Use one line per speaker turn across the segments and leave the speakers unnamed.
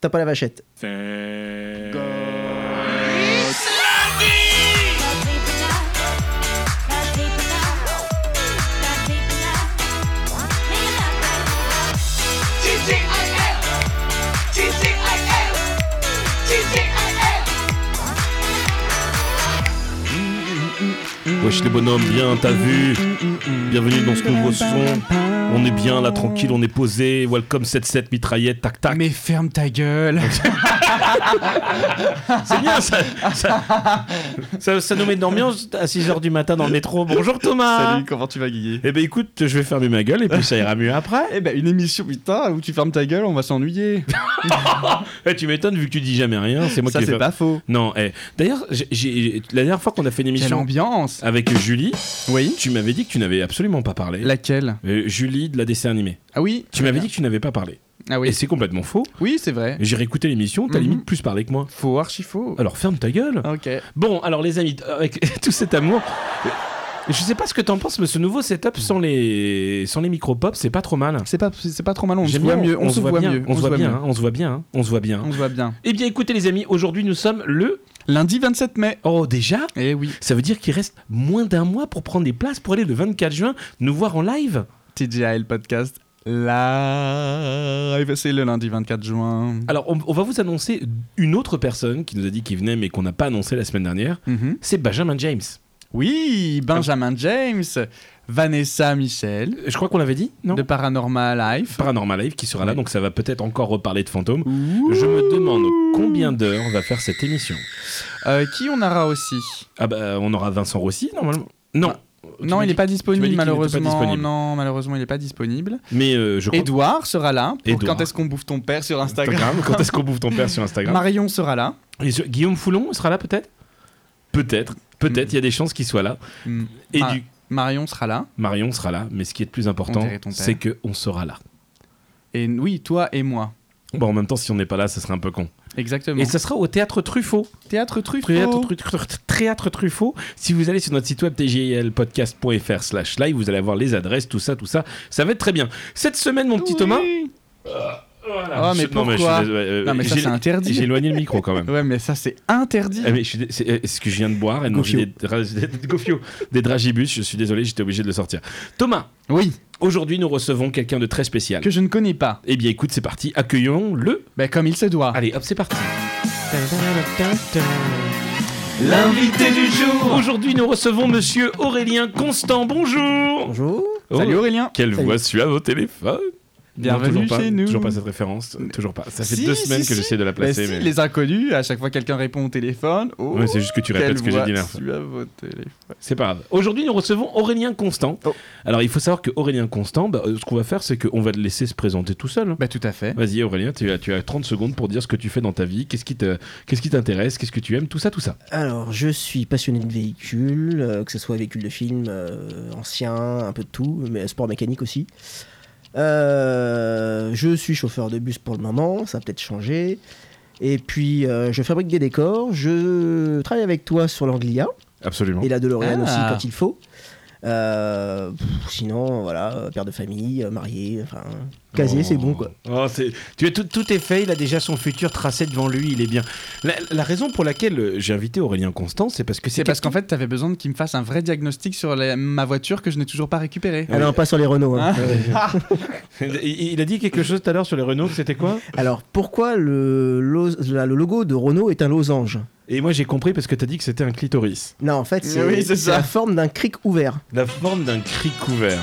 T'as pas la vachette.
Wesh les bonhommes, bien, t'as vu Bienvenue dans ce nouveau son. On est bien là, tranquille, on est posé. Welcome 7-7 mitraillette, tac tac.
Mais ferme ta gueule.
C'est bien ça ça, ça ça nous met une ambiance à 6h du matin dans le métro. Bonjour Thomas
Ah.
Salut, comment tu vas, Guillé
Eh ben écoute, je vais fermer ma gueule et puis ça ira mieux après.
Eh ben, une émission, putain, où tu fermes ta gueule, on va s'ennuyer.
Eh, tu m'étonnes vu que tu dis jamais rien, c'est moi
Ça,
qui vais
c'est
faire-
pas faux.
Non, eh. d'ailleurs, j'ai- j'ai- la dernière fois qu'on a fait une
Quelle
émission
ambiance.
avec Julie,
Oui.
tu m'avais dit que tu n'avais absolument pas parlé.
Laquelle
Euh, Julie de la dessin animée.
Ah oui.
Tu m'avais dit que tu n'avais pas parlé.
Ah
Et
oui.
c'est complètement faux.
Oui, c'est vrai.
J'ai réécouté l'émission, t'as
Mhm.
limite plus parlé que moi.
Faux, archi faux.
Alors ferme ta gueule.
Ok.
Bon, alors les amis, euh, avec tout cet amour, euh, je sais pas ce que t'en penses, mais ce nouveau setup sans les sans les micro-pop, c'est pas trop mal.
C'est pas, c'est pas trop mal. On se
J'aime
voit
bien,
mieux. On, se voit,
bien,
mieux.
On se voit bien,
mieux.
hein, on se voit bien, hein, on se voit bien.
On se voit bien.
Eh bien, écoutez les amis, aujourd'hui nous sommes le
Lundi 27 mai.
oh déjà.
Eh oui.
Ça veut dire qu'il reste moins d'un mois pour prendre des places pour aller le 24 juin nous voir en live.
TGIL podcast. Live. C'est le lundi 24 juin.
Alors, on, on va vous annoncer une autre personne qui nous a dit qu'il venait mais qu'on n'a pas annoncé la semaine dernière.
Mhm.
C'est Benjamin James.
Oui, Benjamin James, Vanessa Michel,
Je crois qu'on l'avait dit, non
de Paranormal Life.
Paranormal Live qui sera là, donc ça va peut-être encore reparler de fantômes.
Ouh.
Je me demande combien d'heures va faire cette émission.
Euh, qui on aura aussi
Ah bah on aura Vincent Rossi normalement. Non. Oh, Tu
Ah, Non,
m'as
il
dit-
n'est
tu
pas
m'as dit
disponible
qu'il n'était pas
malheureusement.
disponible.
Non, malheureusement, il n'est pas disponible.
Mais euh, je crois.
Edouard sera là pour
Édouard.
quand est-ce qu'on bouffe ton père sur
que-
Instagram.
Quand est-ce qu'on bouffe ton père sur Instagram
Marion sera là.
Et sur- Guillaume Foulon sera là peut-être Peut-être. Peut-être. Il y a des chances qu'il soit là.
Mm.
Et
Ma-
du-
Marion sera là.
Marion sera là. Mais ce qui est le plus important,
dirait ton père.
c'est que on sera là.
Et oui, toi et moi.
Bon, en même temps, si on n'est pas là, ça serait un peu con.
Exactement.
Et ça sera au théâtre Truffaut.
Théâtre Truffaut.
Théâtre, Tru- Tru- Théâtre Truffaut. Si vous allez sur notre site web tgilpodcast.fr slash live, vous allez avoir les adresses, tout ça, tout ça. Ça va être très bien. Cette semaine, mon petit
Oui. Euh,
Thomas.
Ah, mais
Je- non, mais je suis
pourquoi
désolé, euh,
Non, mais ça,
j'ai-
c'est interdit.
J'ai éloigné le micro quand même.
Ouais, mais ça, c'est interdit.
Ah, mais je suis dé- c'est euh, ce que je viens de boire et de manger
Gofio.
des, dra- des- Gofio, des dragibus. Je suis désolé, j'étais obligé de le sortir. Thomas,
Oui,
aujourd'hui nous recevons quelqu'un de très spécial.
que je ne connais pas.
Eh bien écoute, c'est parti, accueillons le.
Bah, comme il se doit.
Allez, hop, c'est parti.
L'invité du jour.
Aujourd'hui nous recevons monsieur Aurélien Constant. Bonjour.
Bonjour.
Oh,
Salut Aurélien.
Quelle
Salut.
voix suave au téléphone.
Bienvenue
toujours pas,
chez nous.
Toujours pas cette référence, euh, toujours pas. Ça fait
Si,
deux
si,
semaines que
si.
j'essaie de la
Bah,
placer.
si,
mais...
les inconnus, à chaque fois quelqu'un répond au téléphone. Oh,
Ouais, c'est juste que tu répètes
quelle
ce que j'ai
voix
dit la dernière fois.
suave au téléphone.
C'est pas grave. Aujourd'hui, nous recevons Aurélien Constant.
Oh.
Alors, il faut savoir que Aurélien Constant, bah, euh, ce qu'on va faire, c'est qu'on va le laisser se présenter tout seul.
Bah, tout à fait.
Vas-y, Aurélien, tu as, tu as 30 secondes pour dire ce que tu fais dans ta vie, qu'est-ce qui te- qu'est-ce qui t'intéresse, qu'est-ce que tu aimes, tout ça, tout ça.
Alors, je suis passionné de véhicules, euh, que ce soit véhicules de films, euh, anciens, un peu de tout, mais sport mécanique aussi. Euh, je suis chauffeur de bus pour le moment, ça va peut-être changer. Et puis, euh, je fabrique des décors. Je travaille avec toi sur l'Anglia
Absolument.
et la DeLorean
Ah.
aussi quand il faut. Euh, pff, sinon, voilà, euh, père de famille, euh, marié, enfin, casier, c'est bon quoi.
Oh, c'est- tu es tout, tout est fait, il a déjà son futur tracé devant lui, il est bien. La, la raison pour laquelle euh, j'ai invité Aurélien Constant, c'est parce que
C'est parce qu'en fait, t'avais besoin de qu'il me fasse un vrai diagnostic sur la- ma voiture que je n'ai toujours pas récupérée.
Ah non, pas sur les Renault. hein.
il il a dit quelque chose tout à l'heure sur les Renault, c'était quoi
Alors, pourquoi le, lo- la- le logo de Renault est un losange
Et moi j'ai compris parce que t'as dit que c'était un clitoris.
Non, en fait, c'est
Oui, c'est
c'est
ça.
la forme d'un cric ouvert.
La forme d'un cri couvert.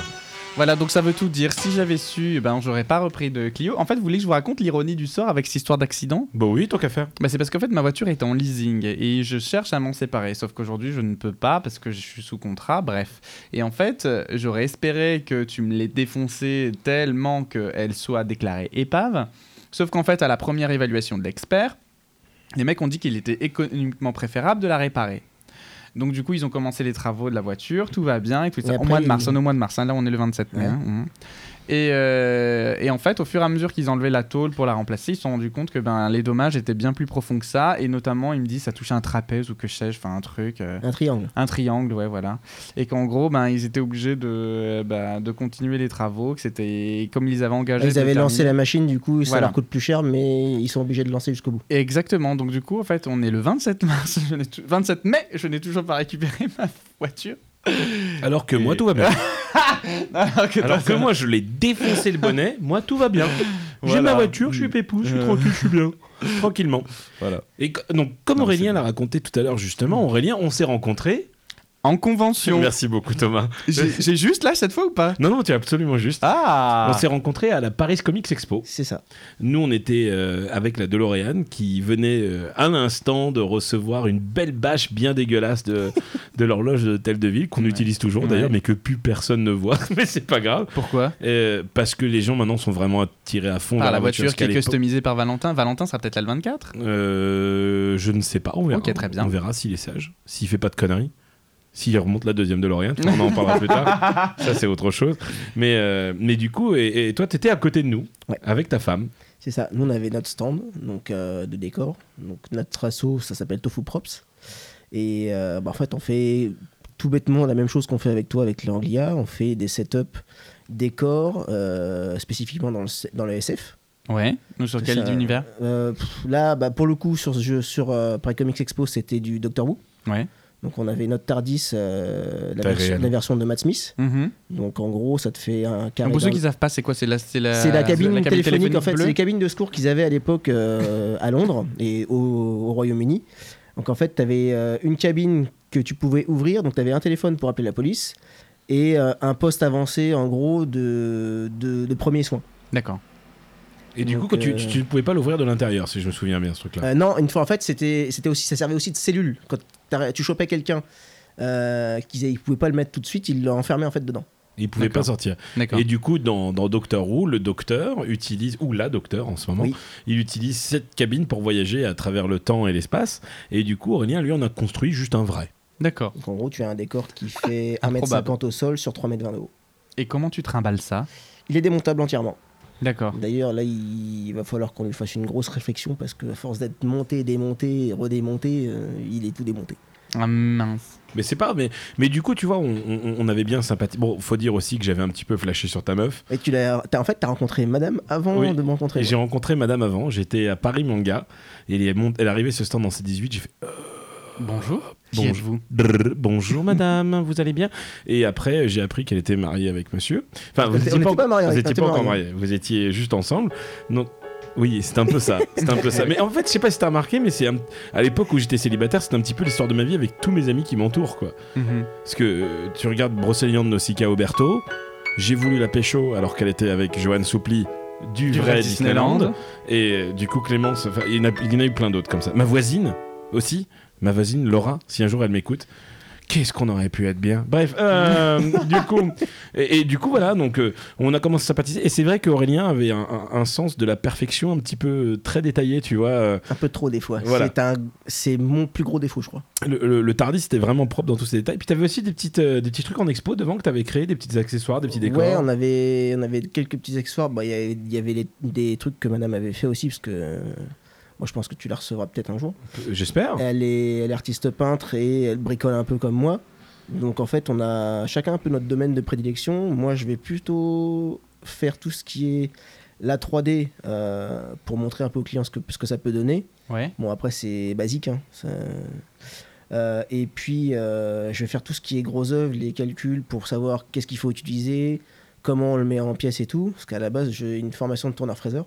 Voilà, donc ça veut tout dire. Si j'avais su, eh ben, j'aurais pas repris de Clio. En fait, vous voulez que je vous raconte l'ironie du sort avec cette histoire d'accident
Bah oui, tant qu'à faire.
bah, C'est parce qu'en fait, ma voiture est en leasing et je cherche à m'en séparer. Sauf qu'aujourd'hui, je ne peux pas parce que je suis sous contrat, bref. Et en fait, euh, j'aurais espéré que tu me l'aies défoncée tellement qu'elle soit déclarée épave. Sauf qu'en fait, à la première évaluation de l'expert, les mecs ont dit qu'il était économiquement préférable de la réparer. Donc du coup, ils ont commencé les travaux de la voiture, tout va bien et tout
Et
ça. Au
après,
mois de
ils-
mars, on est au mois de mars, hein, là on est le 27 mai.
Ouais.
hein, mhm. Et, euh, et en fait, au fur et à mesure qu'ils enlevaient la tôle pour la remplacer, ils se sont rendus compte que ben, les dommages étaient bien plus profonds que ça. Et notamment, il me dit ça touchait un trapèze ou que sais-je, enfin un truc. euh,
Un triangle.
un triangle, ouais, voilà. Et qu'en gros, ben, ils étaient obligés de, euh, bah, de continuer les travaux, que c'était comme ils avaient engagé.
Ils
de
avaient lancé la
terminer-
machine, du coup, ça
Voilà.
leur coûte plus cher, mais ils sont obligés de lancer jusqu'au bout.
Exactement. Donc, du coup, en fait, on est le 27 mars, je n'ai tou- 27 mai, je n'ai toujours pas récupéré ma voiture. Ah,
Alors que moi, tout va bien.
Alors que
Alors que
toi,
moi, je l'ai défoncé le bonnet. Moi, tout va bien. J'ai
Voilà.
ma voiture, je suis pépou, je suis
Euh.
tranquille, je suis bien. Tranquillement.
Voilà.
Et co- donc, comme
Non, mais
Aurélien
c'est
l'a raconté tout à l'heure, justement, Aurélien, on s'est rencontrés.
En convention.
Merci beaucoup, Thomas.
J'ai j'ai juste là cette fois ou pas
Non, non, tu es absolument juste.
Ah
On s'est rencontrés à la Paris Comics Expo.
C'est ça.
Nous, on était euh, avec la DeLorean qui venait euh, à l'instant de recevoir une belle bâche bien dégueulasse de, de l'horloge de Tel de Ville, qu'on
Ouais.
utilise toujours
Ouais.
d'ailleurs, mais que plus personne ne voit. mais c'est pas grave.
Pourquoi
Euh, parce que les gens maintenant sont vraiment attirés à fond
Par
vers
la voiture
parce
qui
qu'à
est
l'époque-
customisée par Valentin. Valentin sera peut-être là le 24
Euh, je ne sais pas, on verra.
Ok, très bien.
On verra s'il est sage, s'il fait pas de conneries, s'il remonte la deuxième de l'Orient. On en parlera plus tard. Ça, c'est autre chose. Mais, euh, mais du coup, et, et toi, t'étais à côté de nous,
Ouais.
avec ta femme.
C'est ça. Nous, on avait notre stand donc, euh, de décor. Donc, notre assaut, ça s'appelle Tofu Props. Et euh, bah, en fait, on fait tout bêtement la même chose qu'on fait avec toi, avec l'Anglia. On fait des setups décors, euh, spécifiquement dans le, dans le SF.
Ouais. Nous, sur
C'est
quel
ça.
univers
Euh, pff, là, bah, pour le coup, sur, ce jeu, sur euh, Paris Comics Expo, c'était du Doctor Who.
Ouais.
Donc, on avait notre TARDIS, euh, la,
Pas
version-
réel.
la version de Matt Smith.
Mhm.
Donc, en gros, ça te fait un carré.
Donc, pour ceux
d'un-
qui savent pas, c'est quoi C'est la, c'est la,
C'est la cabine, téléphonique, en fait,
bleue
c'est les cabines de secours qu'ils avaient à l'époque euh, à Londres et au, au Royaume-Uni. Donc en fait, tu avais une cabine que tu pouvais ouvrir, donc tu avais un téléphone pour appeler la police et euh, un poste avancé en gros de, de, de premiers soins.
D'accord.
Et du
Donc,
coup, quand tu-
euh,
tu ne pouvais pas l'ouvrir de l'intérieur, si je me souviens bien, ce truc-là.
Euh, non, une fois en fait, c'était c'était aussi, ça servait aussi de cellule. Quand t'arri- tu chopais quelqu'un euh, qu'ils a- ils pouvaient pas le mettre tout de suite, ils l'enfermaient en fait dedans.
Il pouvait
d'accord.
pas sortir.
D'accord.
Et du coup, dans, dans Doctor Who, le docteur utilise, ou la docteur en ce moment,
Oui.
il utilise cette cabine pour voyager à travers le temps et l'espace. Et du coup, Aurélien, lui, en a construit juste un vrai.
D'accord.
Donc en gros, tu as un décor qui fait
Improbable.
1m50 au sol sur 3m20 de haut.
Et comment tu trimbales ça
Il est démontable entièrement.
D'accord.
D'ailleurs, là, il va falloir qu'on lui fasse une grosse réflexion parce que, à force d'être monté, démonté, redémonté, euh, il est tout démonté.
Ah mince.
Mais c'est pas, mais, mais du coup, tu vois, on, on- on avait bien sympathie. Bon, faut dire aussi que j'avais un petit peu flashé sur ta meuf.
Et tu l'as. t'as- En fait, t'as rencontré madame avant
Oui.
de me rencontrer.
Et j'ai
moi.
rencontré madame avant, j'étais à Paris Manga, et elle est, mont- elle est arrivée ce stand en C18, j'ai fait
Bonjour. Qui
Bonjour.
êtes-vous
Brrr, bonjour madame, vous allez bien Et après, j'ai appris qu'elle était mariée avec monsieur. Enfin, vous
On
n'étiez
était
pas,
pas mariés, on
vous
était
étiez pas
mariés.
encore mariés, vous étiez juste ensemble. Donc, oui, c'est un peu ça, c'est un peu ça. Mais en fait, je sais pas si t'as remarqué, mais c'est un- à l'époque où j'étais célibataire, c'était un petit peu l'histoire de ma vie avec tous mes amis qui m'entourent, quoi.
Mhm.
Parce que euh, tu regardes Brosséliande de Nausicaa Oberto, j'ai voulu la pécho alors qu'elle était avec Johan Soupli du, vrai, Disneyland, et euh, du coup Clémence, enfin, il, y en a, il y en a eu plein d'autres comme ça. Ma voisine aussi, ma voisine Laura, si un jour elle m'écoute. Qu'est-ce qu'on aurait pu être bien Bref, euh, du coup, et, et du coup voilà, donc euh, on a commencé à sympathiser. Et c'est vrai qu'Aurélien avait un, un- un sens de la perfection un petit peu euh, très détaillé, tu vois. euh,
Un peu trop des fois.
Voilà.
C'est un. C'est mon plus gros défaut, je crois.
le, le, le Tardis c'était vraiment propre dans tous ces détails. Puis t'avais aussi des, petites, euh, des petits trucs en expo devant que t'avais créé, des petits accessoires, des petits décors.
Ouais, on avait, on avait quelques petits accessoires. Bah, il y avait- il y avait les- des trucs que madame avait fait aussi parce que. euh, Moi, je pense que tu la recevras peut-être un jour.
Euh, J'espère.
Elle est, elle est artiste peintre et elle bricole un peu comme moi. Donc en fait, on a chacun un peu notre domaine de prédilection. Moi, je vais plutôt faire tout ce qui est la 3D euh, pour montrer un peu aux clients ce que, ce que ça peut donner.
Ouais.
Bon, après, c'est basique. hein, ça- Euh, et puis, euh, je vais faire tout ce qui est gros œuvre, les calculs pour savoir qu'est-ce qu'il faut utiliser, comment on le met en pièces et tout. Parce qu'à la base, j'ai une formation de tourneur-fraiseur.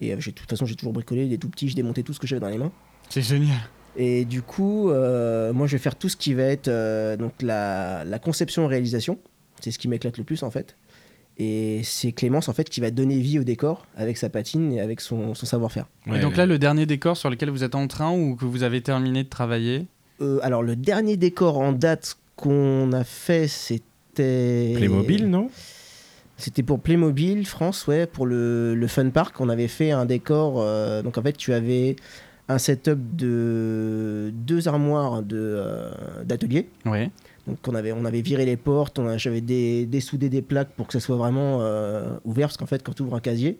Et euh, j'ai- de toute façon, j'ai toujours bricolé, des tout petits, je démontais tout ce que j'avais dans les mains.
C'est génial.
Et du coup, euh, moi, je vais faire tout ce qui va être euh, donc la, la conception-réalisation. C'est ce qui m'éclate le plus, en fait. Et c'est Clémence, en fait, qui va donner vie au décor avec sa patine et avec son, son savoir-faire.
Ouais,
Et donc là, le dernier décor sur lequel vous êtes en train ou que vous avez terminé de travailler
Euh, alors, le dernier décor en date qu'on a fait, c'était...
Playmobil, non
C'était pour Playmobil France, ouais, pour le, le Fun Park. On avait fait un décor. euh, donc en fait, tu avais un setup de deux armoires de, euh, d'atelier.
Ouais.
Donc on avait, on avait viré les portes, on a- j'avais dé- dessoudé des plaques pour que ça soit vraiment euh, ouvert, parce qu'en fait quand tu ouvres un casier,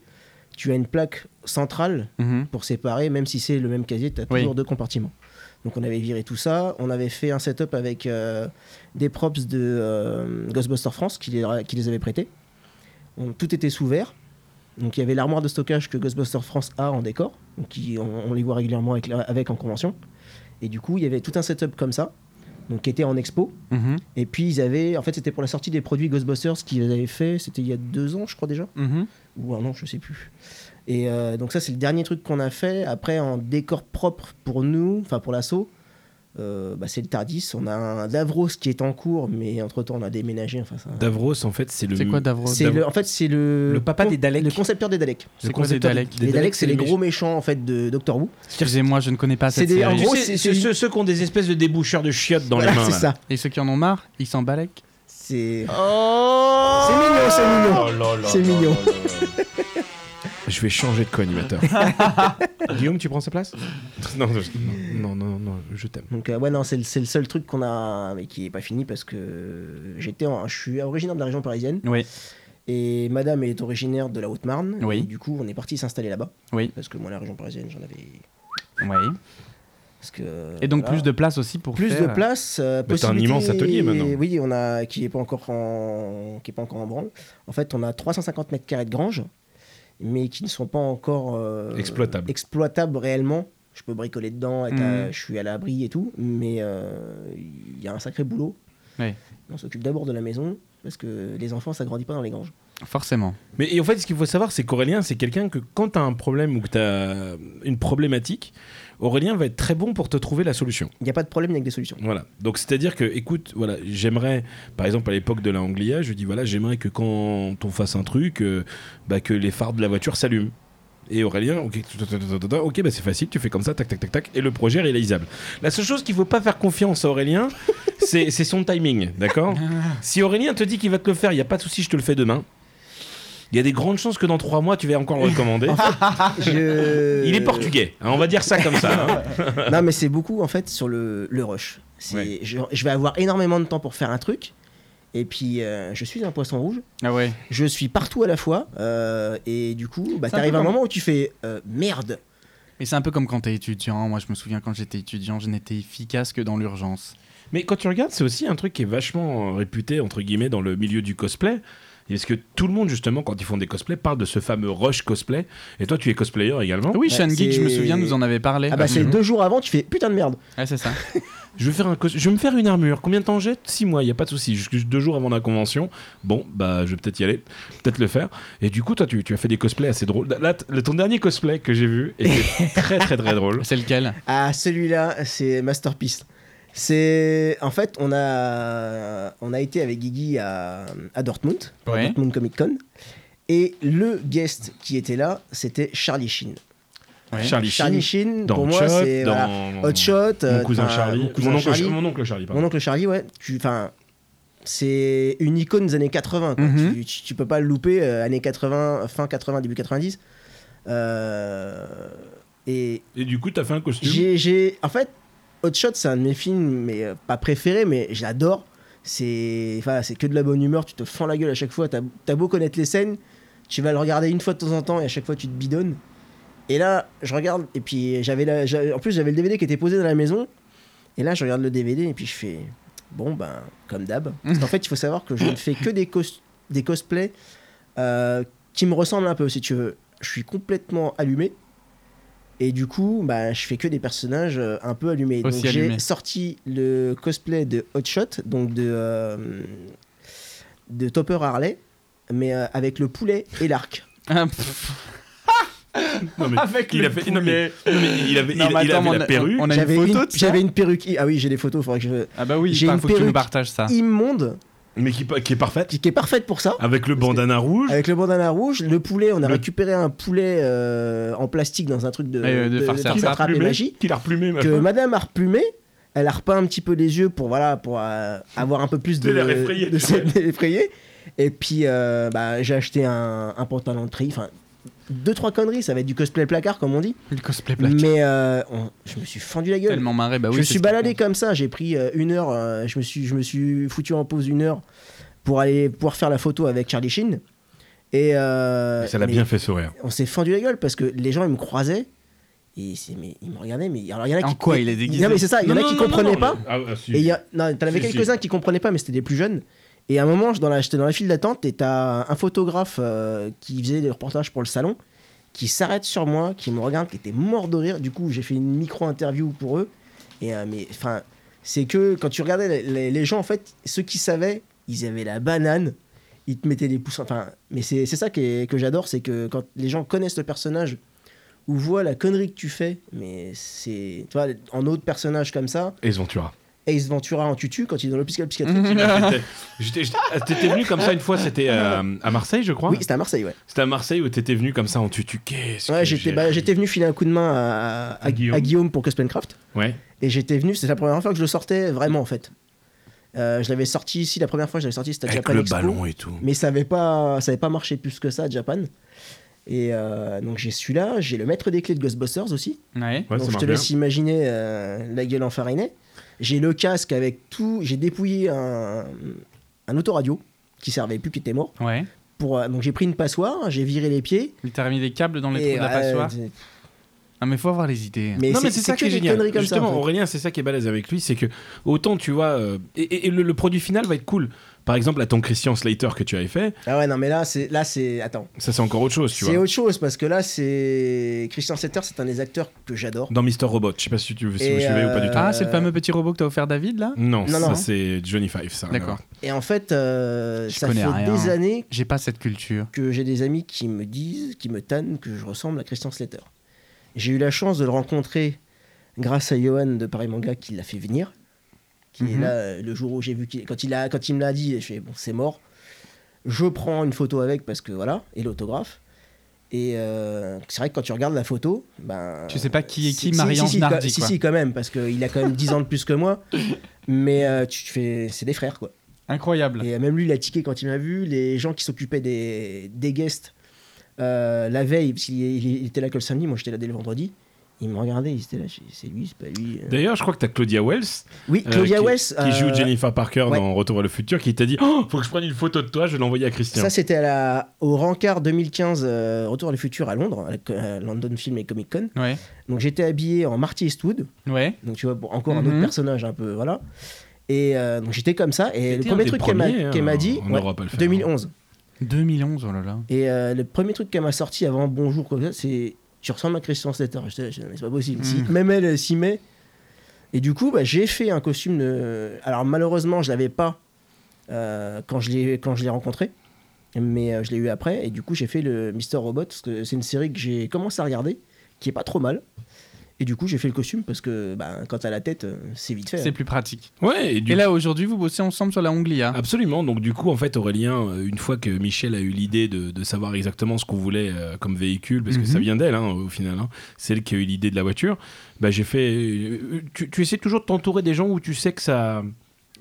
tu as une plaque centrale
Mhm.
pour séparer, même si c'est le même casier, tu as
Oui.
toujours deux compartiments. Donc on avait viré tout ça, on avait fait un setup avec euh, des props de euh, Ghostbusters France qui les, qui les avait prêtés. On- tout était sous verre. Donc il y avait l'armoire de stockage que Ghostbusters France a en décor, donc qui- on, on les voit régulièrement avec, la- avec en convention. Et du coup, il y avait tout un setup comme ça, donc qui était en expo.
Mhm.
Et puis ils avaient, en fait, c'était pour la sortie des produits Ghostbusters qu'ils avaient fait, c'était il y a deux ans, je crois déjà
Mhm.
ou un an, je sais plus. Et euh, donc ça, c'est le dernier truc qu'on a fait. Après, en décor propre pour nous, enfin pour l'assaut, euh, bah, c'est le Tardis. On a un Davros qui est en cours, mais entre-temps, on a déménagé. Enfin, ça-
Davros, en fait, c'est le.
C'est quoi Davros
c'est le- en fait, c'est le...
Le papa
con-
des Daleks.
Le concepteur des Daleks.
C'est quoi des
concepteur
Daleks
les Daleks,
Daleks,
c'est les gros méchants, en fait, de Doctor Who.
Excusez-moi, je ne connais pas
C'est
cette
des- en
série.
Tu
Oh,
gros,
sais,
c'est-
c'est
c'est-
ceux, ceux qui ont des espèces de déboucheurs de chiottes dans
Voilà,
Ah,
les mains.
c'est
là.
ça.
Et ceux qui en ont marre, ils s'en balèquent.
C'est... c'est mignon, c'est mignon.
Oh
c'est mignon.
Je vais changer de co-animateur. Guillaume, tu prends sa place non, je- non, non, non, non, je t'aime.
Donc euh, ouais non c'est le, c'est le seul truc qu'on a mais qui est pas fini parce que j'étais en- je suis originaire de la région parisienne
Oui.
et madame est originaire de la Haute-Marne
Oui.
et du coup on est parti s'installer là-bas
Oui.
parce que moi la région parisienne j'en avais
Oui.
parce que
Et donc
voilà.
plus de place aussi pour
plus
faire-
de place euh,
Mais t'as un
possibilité-
immense atelier maintenant.
oui on a qui est pas encore en qui est pas encore en branle en fait on a 350 mètres carrés de grange mais qui ne sont pas encore euh,
Exploitables.
exploitables réellement je peux bricoler dedans, être à-
Mhm.
je suis à l'abri et tout, mais euh, il y a un sacré boulot.
Ouais.
On s'occupe d'abord de la maison, parce que les enfants, ça grandit pas dans les granges.
Forcément.
Mais et en fait, ce qu'il faut savoir, c'est qu'Aurélien, c'est quelqu'un que quand t'as un problème ou que t'as une problématique, Aurélien va être très bon pour te trouver la solution.
Il n'y a pas de problème avec des solutions.
Voilà. Donc c'est-à-dire que, écoute, voilà, j'aimerais, par exemple, à l'époque de la Anglia, je dis voilà, j'aimerais que quand on fasse un truc, euh, bah, que les phares de la voiture s'allument. Et Aurélien, ok, tout, tout, tout, tout, tout, tout, ok, bah c'est facile, tu fais comme ça, tac, tac, tac, tac, et le projet est réalisable. La seule chose qu'il faut pas faire confiance à Aurélien, c'est c'est son timing, d'accord
Ah.
Si Aurélien te dit qu'il va te le faire, il y a pas de souci, je te le fais demain. Il y a des grandes chances que dans trois mois, tu vas encore le recommander.
Je-
Il est portugais, hein, on va dire ça comme ça. hein.
Non, mais c'est beaucoup, en fait, sur le, le rush. C'est-
Ouais.
Je, je vais avoir énormément de temps pour faire un truc, et puis euh, je suis un poisson rouge.
Ah ouais.
Je suis partout à la fois, euh, et du coup, bah,
C'est un
t'arrives
peu
à un
comme-
moment où tu fais euh, merde.
Mais c'est un peu comme quand t'es étudiant. Moi, je me souviens quand j'étais étudiant, je n'étais efficace que dans l'urgence.
Mais quand tu regardes, c'est aussi un truc qui est vachement euh, réputé, entre guillemets, dans le milieu du cosplay. Parce que tout le monde, justement, quand ils font des cosplays, parle de ce fameux rush cosplay. Et toi, tu es cosplayer également.
Ah Oui,
Ouais,
Sean Geek, je me
c'est-
souviens, nous en avait parlé.
Ah
Eh
bah, c'est
ben.
Mhm.
deux jours avant, tu fais putain de merde.
Ouais, c'est ça.
Je, vais faire un cos- je vais me faire une armure. Combien de temps j'ai 6 mois, il n'y a pas de souci. Jusque deux jours avant la convention. Bon, bah, je vais peut-être y aller. Peut-être le faire. Et du coup, toi, tu, tu as fait des cosplays assez drôles. Là, t- le- ton dernier cosplay que j'ai vu était très, très, très drôle.
C'est lequel
Ah, celui-là, c'est Masterpiece. C'est en fait, on a on a été avec Guigui à, à Dortmund, pour la
Ouais.
Dortmund Comic Con, et le guest qui était là, c'était Charlie Sheen.
Ouais.
Charlie
Charlie
Sheen.
Sheen,
Dans
pour
Hot
moi,
Shot,
c'est
dans
voilà, Hot Shot,
Mon
euh,
cousin
enfin,
Charlie.
mon, cousin
mon, oncle,
Charlie
mon oncle Charlie, pardon.
mon oncle Charlie, ouais, tu, enfin, c'est une icône des années 80. quoi.
Mhm.
tu, tu- tu peux pas le louper, euh, années 80, fin 80, début 90. Euh, et
Et du coup, tu as fait un costume.
j'ai, j'ai- En fait, Hot Shot, c'est un de mes films, mais euh, pas préféré, mais j'adore. C'est, enfin, c'est que de la bonne humeur, tu te fends la gueule à chaque fois. T'as, t'as beau connaître les scènes, tu vas le regarder une fois de temps en temps et à chaque fois tu te bidonnes. Et là, je regarde, et puis j'avais la, j'a- en plus j'avais le DVD qui était posé dans la maison. Et là, je regarde le DVD et puis je fais, bon ben, comme d'hab. Parce qu'en fait, il faut savoir que je ne fais que des, cos- des cosplays euh, qui me ressemblent un peu, si tu veux. Je suis complètement allumé. Et du coup, bah, je fais que des personnages euh, un peu allumés.
Aussi
donc j'ai
allumés.
sorti le cosplay de Hot Shot, donc de, euh, de Topper Harley, mais euh, avec le poulet et l'arc.
Ah, pff.
Non, mais
Avec
il
le
a fait- non, mais- non, mais il avait,
Non,
il-
mais
il
attends,
avait
on
la
a-
perruque.
on a
J'avais
une photo
une-
de ça
J'avais une perruque. i- Ah oui, j'ai des photos, faudrait que je.
Ah bah oui,
J'ai
enfin,
une
faut que tu nous
perruque
partages ça.
Immonde,
mais qui, pa- qui est parfaite.
qui qui est parfaite pour ça.
Avec le bandana rouge.
Avec le bandana rouge, le poulet, on a
Le-
récupéré un poulet euh, en plastique dans un truc de,
Et, euh, de farce à
farce à
attrape
attrape et magie.
Qu'il a replumé,
Que
machin.
madame a replumé, elle a repeint un petit peu les yeux pour, voilà, pour euh, avoir un peu plus de.
De l'air effrayé,
de
tu vois.
de l'air effrayé. Et puis, euh, bah, j'ai acheté un, un pantalon de tri. Enfin, deux trois conneries, ça va être du cosplay placard comme on dit.
Le cosplay black.
Mais euh, on- je me suis fendu la gueule.
Tellement marré, bah oui.
je me
c'est
suis
ce qui
baladé
compte.
comme ça, j'ai pris euh, une heure, euh, je, me suis, je me suis foutu en pause une heure pour aller pouvoir faire la photo avec Charlie Sheen. Et euh,
Ça l'a
mais
bien fait sourire.
On s'est fendu la gueule parce que les gens ils me croisaient et c'est- mais ils me regardaient mais alors il y en a qui
En quoi il est déguisé
Non mais c'est ça, il y en a qui comprenaient pas.
Ah, ah, si.
Et il y a, non, t'en avais
Si, si.
quelques-uns qui comprenaient pas, mais c'était des plus jeunes. Et à un moment, je- dans la- j'étais dans la file d'attente et t'as un photographe euh, qui faisait des reportages pour le salon qui s'arrête sur moi, qui me regarde, qui était mort de rire. Du coup, j'ai fait une micro-interview pour eux. Et euh, mais enfin, c'est que quand tu regardais les, les- les gens, en fait, ceux qui savaient, ils avaient la banane. Ils te mettaient des pouces. Enfin, mais c'est c'est ça qui est- que j'adore, c'est que quand les gens connaissent le personnage ou voient la connerie que tu fais, mais c'est. Tu vois, en autre personnage comme ça,
Et Zontura.
Ace Ventura en tutu quand il est dans l'hôpital psychiatrique.
J'étais- j'étais- T'étais venu comme ça une fois, c'était euh, à Marseille, je crois.
Oui, c'était à Marseille, ouais.
C'était à Marseille où t'étais venu comme ça en tutu. Qu'est-ce
Ouais,
que
j'étais
j'ai
bah,
ri.
j'étais venu filer un coup de main à, à-
À Guillaume.
à Guillaume pour Craft
Ouais.
Et j'étais venu, c'est la première fois que je le sortais vraiment en fait. Euh, je l'avais sorti ici, la première fois que je l'avais sorti, c'était à
Avec
Japan
le
Expo,
ballon et tout.
Mais ça n'avait pas, ça avait pas marché plus que ça à Japan. Et euh, donc j'ai celui-là, j'ai le maître des clés de Ghostbusters aussi.
Ouais.
Ouais, ça
donc je
marche
te
bien.
laisse imaginer euh, la gueule enfarinée. J'ai le casque avec tout, j'ai dépouillé un, un autoradio qui servait plus, qui était mort.
Ouais.
pour, euh, donc j'ai pris une passoire, j'ai viré les pieds.
Il t'a remis des câbles dans les
et,
trous de la
euh,
passoire.
c'est-
Non, mais faut avoir les idées.
mais
non mais c'est
c'est
ça
que
qui est
des
génial.
conneries comme ça,
Justement,
en fait.
Aurélien, c'est ça qui est balèze avec lui, c'est que autant tu vois, euh, et, et- et le, le produit final va être cool. Par exemple, à ton Christian Slater que tu avais fait,
Ah ouais, non, mais là, c'est. Là, c'est attends.
ça c'est encore autre chose, tu
C'est
vois.
autre chose parce que là, c'est. Christian Setter, c'est un des acteurs que j'adore.
Dans Mister Robot, je sais pas si tu si
Et,
vous suivez ou pas du
euh,
tout.
Ah, c'est le fameux petit robot que t'as offert David là
Non,
non,
ça
non.
c'est Johnny Five, ça.
D'accord.
Et en fait, euh,
Je
ça fait
connais rien.
des années
J'ai pas cette culture.
que j'ai des amis qui me disent, qui me tannent que je ressemble à Christian Slater. J'ai eu la chance de le rencontrer grâce à Johan de Paris Manga qui l'a fait venir. Qui est
Mhm.
là euh, le jour où j'ai vu qu'il quand il a quand il me l'a dit, je fais bon c'est mort. Je prends une photo avec parce que voilà et l'autographe. Et euh, c'est vrai que quand tu regardes la photo, ben
Tu sais pas qui est
si-
qui,
si-
Marie-Ange
si, si,
Nardi,
quand- si,
quoi.
si, quand même parce qu'il a quand même 10 ans de plus que moi. Mais euh, tu te fais c'est des frères quoi.
Incroyable.
Et même lui, il a tiqué quand il m'a vu. Les gens qui s'occupaient des, des guests euh, la veille, parce qu'il il- il était là que le samedi, moi j'étais là dès le vendredi. Ils me regardaient, ils étaient là, j'ai- c'est lui, c'est pas lui. euh.
D'ailleurs, je crois que t'as Claudia Wells
Oui,
euh,
Claudia
qui-
West.
qui joue Jennifer Parker
ouais.
dans Retour à le futur, qui t'a dit oh, faut que je prenne une photo de toi, je vais l'envoyer à Christian.
Ça, c'était à la- au Rancard 2015, euh, Retour à le futur à Londres, à la co- à London Film et Comic Con.
Ouais.
Donc j'étais habillé en Marty Eastwood,
Ouais.
donc tu vois, bon, encore un
Mhm.
autre personnage un peu, voilà. Et euh, donc j'étais comme ça, et le
T'étais un
premier
des
truc qu'elle m'a
premiers, hein,
qu'elle m'a dit,
en
ouais,
Europe à le faire.
2011.
2011, oh là là.
Et euh, le premier truc qu'elle m'a sorti avant Bonjour, comme ça, c'est Tu ressembles à Christian Slater. Je sais, mais c'est pas possible. Si-
Hmm.
Mm.
même elle elle s'y met. Et du coup, bah, j'ai fait un costume de. Alors, malheureusement, je l'avais pas euh, quand je l'ai quand je l'ai rencontré. Mais euh, je l'ai eu après. Et du coup, j'ai fait le Mister Robot. Parce que c'est une série que j'ai commencé à regarder. Qui est pas trop mal. Et du coup, j'ai fait le costume. Parce que bah, quand t'as la tête, euh, c'est vite fait.
C'est plus pratique.
Ouais, et du
Eh
Et là, aujourd'hui, vous bossez ensemble sur la Onglia.
Ah.
Absolument. Donc du coup, en fait, Aurélien, euh, une fois que Michel a eu l'idée de, de savoir exactement ce qu'on voulait euh, comme véhicule, parce que
Mhm.
ça vient d'elle, hein, au final, hein, c'est elle qui a eu l'idée de la voiture, bah, j'ai fait... euh, tu, tu essaies toujours de t'entourer des gens où tu sais que ça...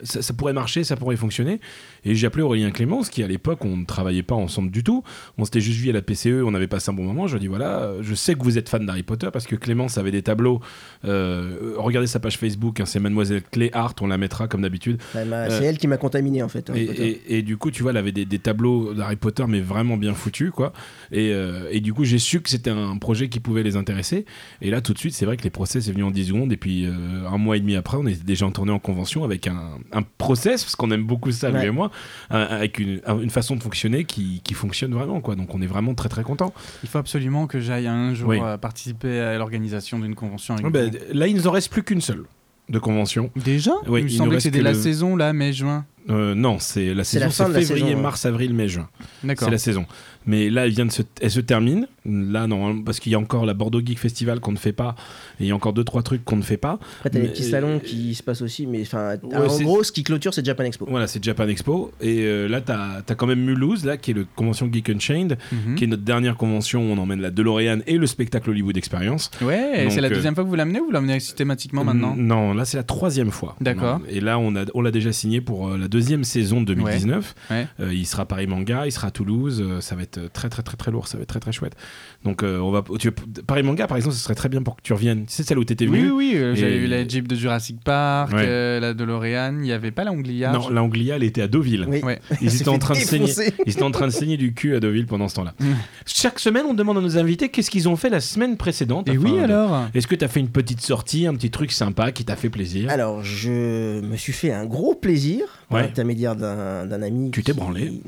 Ça, ça pourrait marcher, ça pourrait fonctionner. Et j'ai appelé Aurélien Clémence, qui à l'époque, on ne travaillait pas ensemble du tout. On s'était juste vu à la PCE, on avait passé un bon moment. Je lui ai dit voilà, euh, je sais que vous êtes fan d'Harry Potter parce que Clémence avait des tableaux. Euh, regardez sa page Facebook, hein, c'est Mademoiselle Clé Art, on la mettra comme d'habitude.
Elle m'a-
Euh,
c'est elle qui m'a contaminé, en fait. hein,
Et,
Potter.
et- et du coup, tu vois, elle avait des, des tableaux d'Harry Potter, mais vraiment bien foutus, quoi. Et, euh, et du coup, j'ai su que c'était un projet qui pouvait les intéresser. Et là, tout de suite, c'est vrai que les process c'est venu en 10 secondes. Et puis, euh, un mois et demi après, on était déjà en tournée en convention avec un, un process, parce qu'on aime beaucoup ça, lui
Ouais.
et moi, un- avec une, un- une façon de fonctionner qui, qui fonctionne vraiment, quoi. Donc, on est vraiment très, très content.
Il faut absolument que j'aille un jour
Oui. Ah bah,
euh, participer à l'organisation d'une convention. Avec vous.
là, il nous en reste plus qu'une seule de convention.
Déjà
Oui,
Il me
il nous
semblait que
reste
c'était
que
la
le-
saison, là, mai-juin.
Euh, non, c'est la
C'est
saison,
la fin
c'est
de la
février,
saison, ouais.
mars, avril, mai, juin.
D'accord.
C'est la saison. Mais là, elle, vient de se, elle se termine. Là, non, parce qu'il y a encore la Bordeaux Geek Festival qu'on ne fait pas. Et il y a encore deux, trois trucs qu'on ne fait pas.
Après, t'as les
mais-
petits salons qui se passent aussi. Mais enfin,
Ouais,
en
c'est-
gros, ce qui clôture, c'est Japan Expo.
Voilà, c'est Japan Expo. Et euh, là, t'as as quand même Mulhouse, là, qui est la convention Geek Unchained,
Mhm.
qui est notre dernière convention où on emmène la DeLorean et le spectacle Hollywood Experience.
Ouais,
Donc,
c'est la
euh,
deuxième fois que vous l'amenez ou vous l'amenez systématiquement maintenant
Mm, Non, là, c'est la troisième fois.
D'accord.
Non. Et là, on l'a on l'a déjà signé pour euh, la deuxième saison de 2019.
Ouais.
Euh, il sera à Paris Manga, il sera à Toulouse. euh, ça va être très très très très lourd, ça va être très très chouette. Donc euh, on va tu- Paris Manga par exemple, ce serait très bien pour que tu reviennes. Tu sais celle où t'étais
Oui, oui,
venu
oui, euh, j'avais
Et-
eu la Jeep de Jurassic Park,
Ouais.
euh, la DeLorean, il n'y avait pas la Anglia.
Non, la Anglia, elle était à Deauville.
Oui.
Ouais.
Ils
s'est
étaient en
fait
train de saigner.
défoncer.
Ils étaient en train de saigner du cul à Deauville pendant ce temps-là.
Mm.
Chaque semaine, on demande à nos invités qu'est-ce qu'ils ont fait la semaine précédente.
Et
afin
oui
de-
alors
Est-ce que t'as fait une petite sortie, un petit truc sympa qui t'a fait plaisir
Ah.
Alors, je me suis fait un gros plaisir par
Ouais.
l'intermédiaire d'un d'un ami.
Tu
qui-
t'es branlé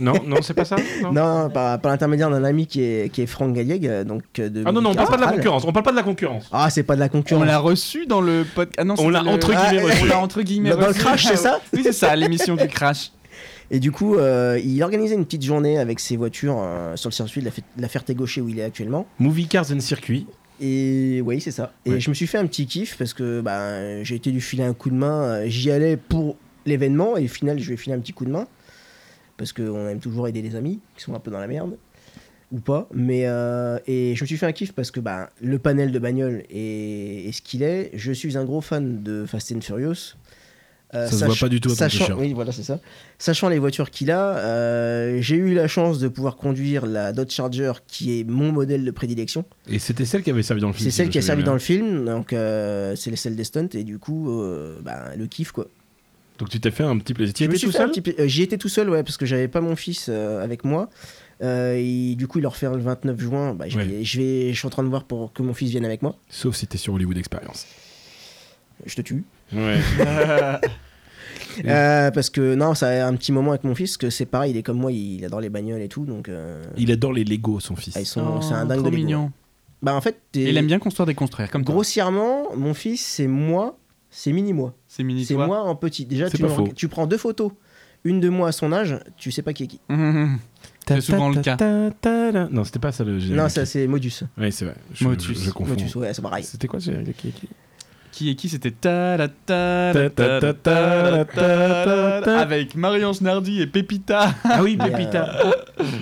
Non, non, c'est pas ça non.
Non, par, par l'intermédiaire d'un ami qui est, qui est Franck Galleg, euh, donc euh, de.
Ah non, non, on parle pas de la
Mistral.
concurrence. On parle pas de la concurrence.
Ah, c'est pas de la
On
concurrence.
l'a reçu dans le podcast. Ah non,
On
c'était
l'a
le-
entre guillemets
Ah,
reçu.
On l'a entre guillemets
Dans- dans le
reçu.
crash, c'est ça
Oui, c'est ça, l'émission du crash.
Et du coup, euh, il organisait une petite journée avec ses voitures euh, sur le circuit de la, Fe- de la Ferté-Gaucher où il est actuellement.
Movie Cars and Circuit.
Et oui, c'est ça. Et
Ouais.
je me suis fait un petit kiff parce que bah, j'ai été du filer un coup de main. euh, J'y allais pour l'événement et au final, je lui ai filé un petit coup de main. Parce qu'on aime toujours aider les amis qui sont un peu dans la merde. Ou pas. Mais euh, et je me suis fait un kiff parce que bah, le panel de bagnole est, est ce qu'il est. Je suis un gros fan de Fast and Furious. Euh,
Ça se voit pas du tout à ton
sachant,
t-shirt.
Oui, voilà, c'est ça. Sachant les voitures qu'il a, euh, j'ai eu la chance de pouvoir conduire la Dodge Charger qui est mon modèle de prédilection.
Et c'était celle qui avait servi dans le film.
C'est
si
celle
je
qui a
me
servi
souviens
dans le film, donc euh, c'est celle des stunts et du coup, euh, bah, le kiff quoi.
bien. Donc tu t'es fait un petit plaisir. Tu
Je me
étais
suis
tout
fait un
seul
petit peu- euh, J'y étais tout seul, ouais, parce que j'avais pas mon fils euh, avec moi. Euh, et du coup, il leur fait le 29 juin. Bah, je,
Ouais.
vais, je vais- je suis en train de voir pour que mon fils vienne avec moi.
Sauf si t'es sur Hollywood Experience.
Je te tue.
Ouais. Et-
Euh, parce que non, ça a un petit moment avec mon fils, que c'est pareil, il est comme moi, il adore les bagnoles et tout, donc euh,
Il adore les Lego, son fils.
ah, ils sont, c'est un dingue
Oh, trop
de Lego.
mignon.
Bah en fait, t'es-
Il aime bien construire des construire, comme toi.
grossièrement, mon fils, c'est moi, c'est mini moi.
C'est mini
C'est
toi.
moi en petit. Déjà,
C'est
tu,
pas
me-
faux.
tu prends deux photos. Une de moi à son âge, tu sais pas qui est qui.
Mhm. C'est souvent le cas.
Ta-ta-ta-ta-ta. Non, c'était pas ça le générique.
non, ça c'est Modus.
Ouais, c'est vrai. Je,
Motus.
je confonds.
Modus, ouais, c'est pareil.
C'était quoi le générique qui- qui-
Qui est qui C'était ta la ta la ta la ta la ta la-
Ta-ta-ta-ta-ta-ta.
avec Marion Schnardi et Pépita.
Ah oui,
Mais,
Pépita.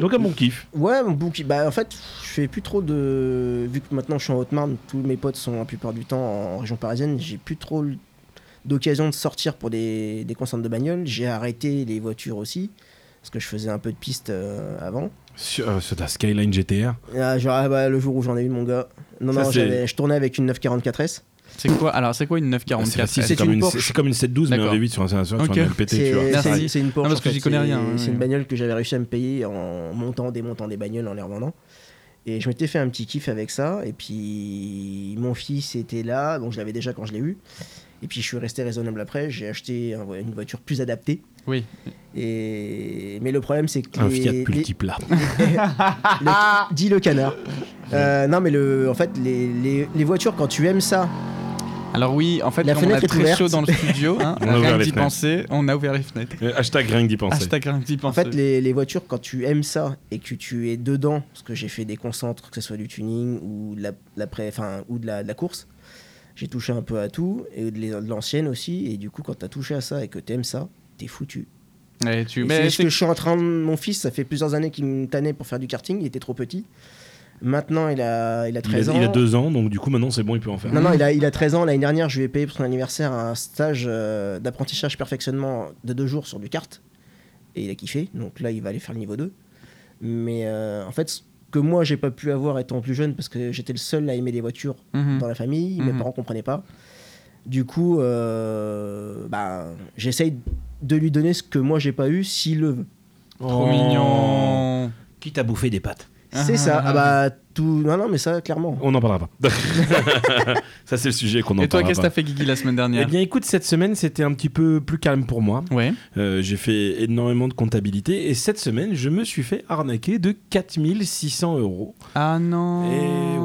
Donc un bon kiff.
Ouais, mon bouc. Bah en fait, je fais plus trop de. Vu que maintenant je suis en Haute-Marne, tous mes potes sont la plupart du temps en région parisienne, j'ai plus trop l- d'occasion de sortir pour des, des concerts de bagnole. J'ai arrêté les voitures aussi, parce que je faisais un peu de piste euh, avant.
Sur, euh, sur ta Skyline GTR.
Ah, genre, ah, bah, le jour où j'en ai une, mon gars. Non,
Ça,
non,
c'est-
j'avais- je tournais avec une 944S.
C'est quoi Alors c'est quoi une 944
facile,
c'est
comme
une
une,
Porsche.
c'est comme une 712, mais un
D'accord.
V8 sur un, sur un, sur un
Ok.
LPT, tu vois.
C'est-
Merci.
C'est c'est une Porsche.
Non, parce que
en fait.
j'y connais
C'est-
rien, hein, oui,
C'est
oui.
une bagnole que j'avais réussi à me payer en montant, démontant des bagnoles, en les revendant. Et je m'étais fait un petit kiff avec ça. Et puis, mon fils était là. Bon, je l'avais déjà quand je l'ai eu. Et puis, je suis resté raisonnable après. J'ai acheté un- une voiture plus adaptée.
Oui.
Et... Mais le problème, c'est que.
Un
les-
Fiat
les-
multiplat.
le- Dis le canard. Euh, non, mais le, en fait, les, les- les voitures, quand tu aimes ça,
Alors oui, en fait,
La
comme on a
fenêtre est
très
ouverte.
chaud dans le studio. hein,
On a ouvert
rien
les
que d'y
fenêtres.
penser, on a ouvert les fenêtres.
Euh, Hashtag rien que d'y penser.
Hashtag rien que d'y
En
penser.
fait, les, les voitures, quand tu aimes ça et que tu es dedans, parce que j'ai fait des concentres, que ce soit du tuning ou de la, la pré- enfin, ou de la, de la course, j'ai touché un peu à tout, et de les- de l'ancienne aussi, et du coup, quand t'as touché à ça et que t'aimes ça, t'es foutu.
Et Eh, tu...
Et
Mais
c'est ce
c'est-
que je suis en train de... Mon fils, ça fait plusieurs années qu'il me tannait pour faire du karting, il était trop petit. Maintenant, il a, il a
Il a,
13 ans.
il a deux ans, donc du coup maintenant c'est bon, il peut en faire.
Non, non, il a, il a 13 ans. L'année dernière, je lui ai payé pour son anniversaire un stage euh, d'apprentissage perfectionnement de deux jours sur du kart. Et il a kiffé. Donc là, il va aller faire le niveau 2. Mais euh, en fait, ce que moi, j'ai pas pu avoir étant plus jeune, parce que j'étais le seul à aimer les voitures
Mhm.
dans la famille, mes
Mhm.
parents comprenaient pas. Du coup, euh, bah, j'essaye de lui donner ce que moi, j'ai pas eu, s'il le veut.
Oh.
Trop mignon.
Qui t'a bouffé des pattes
C'est ça. Ah bah, tout. Non, non, mais ça, clairement.
On n'en parlera pas. Ça c'est le sujet qu'on en
Et toi,
parlera
qu'est-ce que
pas.
t'as fait, Guigui, la semaine
Eh
dernière
bien écoute, cette semaine c'était un petit peu plus calme pour moi.
Ouais.
Euh, j'ai fait énormément de comptabilité et cette semaine je me suis fait arnaquer de 4600 euros.
Ah non.
Et Eh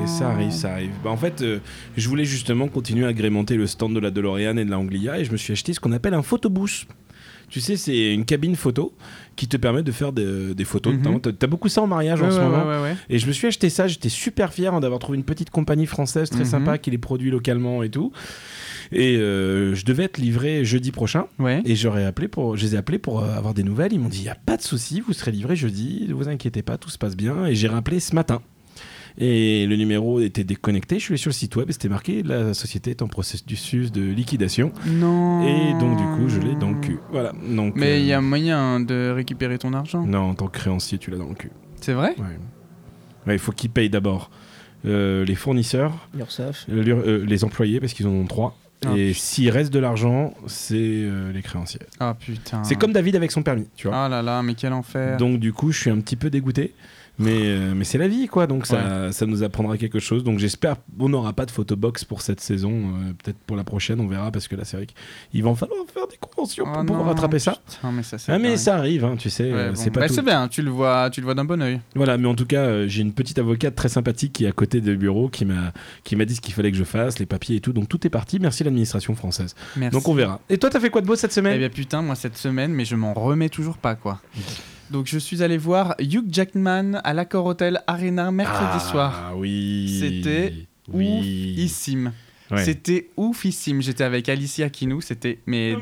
ouais, ça arrive, ça arrive. Bah, en fait, euh, je voulais justement continuer à agrémenter le stand de la DeLorean et de la Anglia et je me suis acheté ce qu'on appelle un photobooth. Tu sais, c'est une cabine photo qui te permet de faire de- des photos.
Mhm.
notamment. T'as- T'as beaucoup ça en mariage
Ouais,
en ce
ouais,
moment.
ouais, ouais, ouais.
Et je me suis acheté ça, j'étais super fier hein, d'avoir trouvé une petite compagnie française très
Mhm.
sympa qui les produit localement et tout. Et euh, je devais être livré jeudi prochain.
Ouais.
Et j'aurais appelé pour, je les ai appelés pour euh, avoir des nouvelles. Ils m'ont dit, il n'y a pas de souci, vous serez livré jeudi, ne vous inquiétez pas, tout se passe bien. Et j'ai rappelé ce matin. Et le numéro était déconnecté. Je suis allé sur le site web et c'était marqué la société est en processus de liquidation.
Non.
Et donc, du coup, je l'ai dans le cul. Voilà. Donc,
Mais il y
euh,
a moyen de récupérer ton argent.
Non, en tant que créancier, tu l'as dans le cul.
C'est vrai
Ouais. Ouais, il faut qu'ils payent d'abord euh, les fournisseurs,
l'URSSAF.
euh, l'ur- euh, les employés, parce qu'ils en ont trois.
Ah.
Et s'il reste de l'argent, c'est euh, les créanciers.
Ah putain.
C'est comme David avec son permis, tu vois.
Ah là là, mais quel enfer.
Donc du coup, je suis un petit peu dégoûté. Mais, euh, mais c'est la vie, quoi. Donc ça, ça nous apprendra quelque chose. Donc j'espère qu'on n'aura pas de photobox pour cette saison. Euh, Peut-être pour la prochaine, on verra. Parce que là, c'est vrai qu'il va en falloir faire des conventions
Ah
pour pouvoir
non,
rattraper ça.
putain, mais ça, c'est
Ah, mais
dingue.
ça arrive, hein, tu sais.
Ouais,
euh,
bon.
C'est pas
Bah,
tout.
c'est bien, tu le vois, tu le vois d'un bon oeil.
Voilà, mais en tout cas, euh, j'ai une petite avocate très sympathique qui est à côté du bureau qui m'a qui m'a dit ce qu'il fallait que je fasse, les papiers et tout. Donc tout est parti. Merci l'administration française.
Merci.
Donc on verra. Et toi, t'as fait quoi de beau cette
Eh
semaine
bien putain, moi cette semaine, mais je m'en remets toujours pas quoi. Donc je suis allé voir Hugh Jackman à l'Accor Hotel Arena mercredi soir.
Ah oui.
C'était
oui.
Oufissime.
Ouais.
C'était oufissime. J'étais avec Alicia Kinou, c'était mais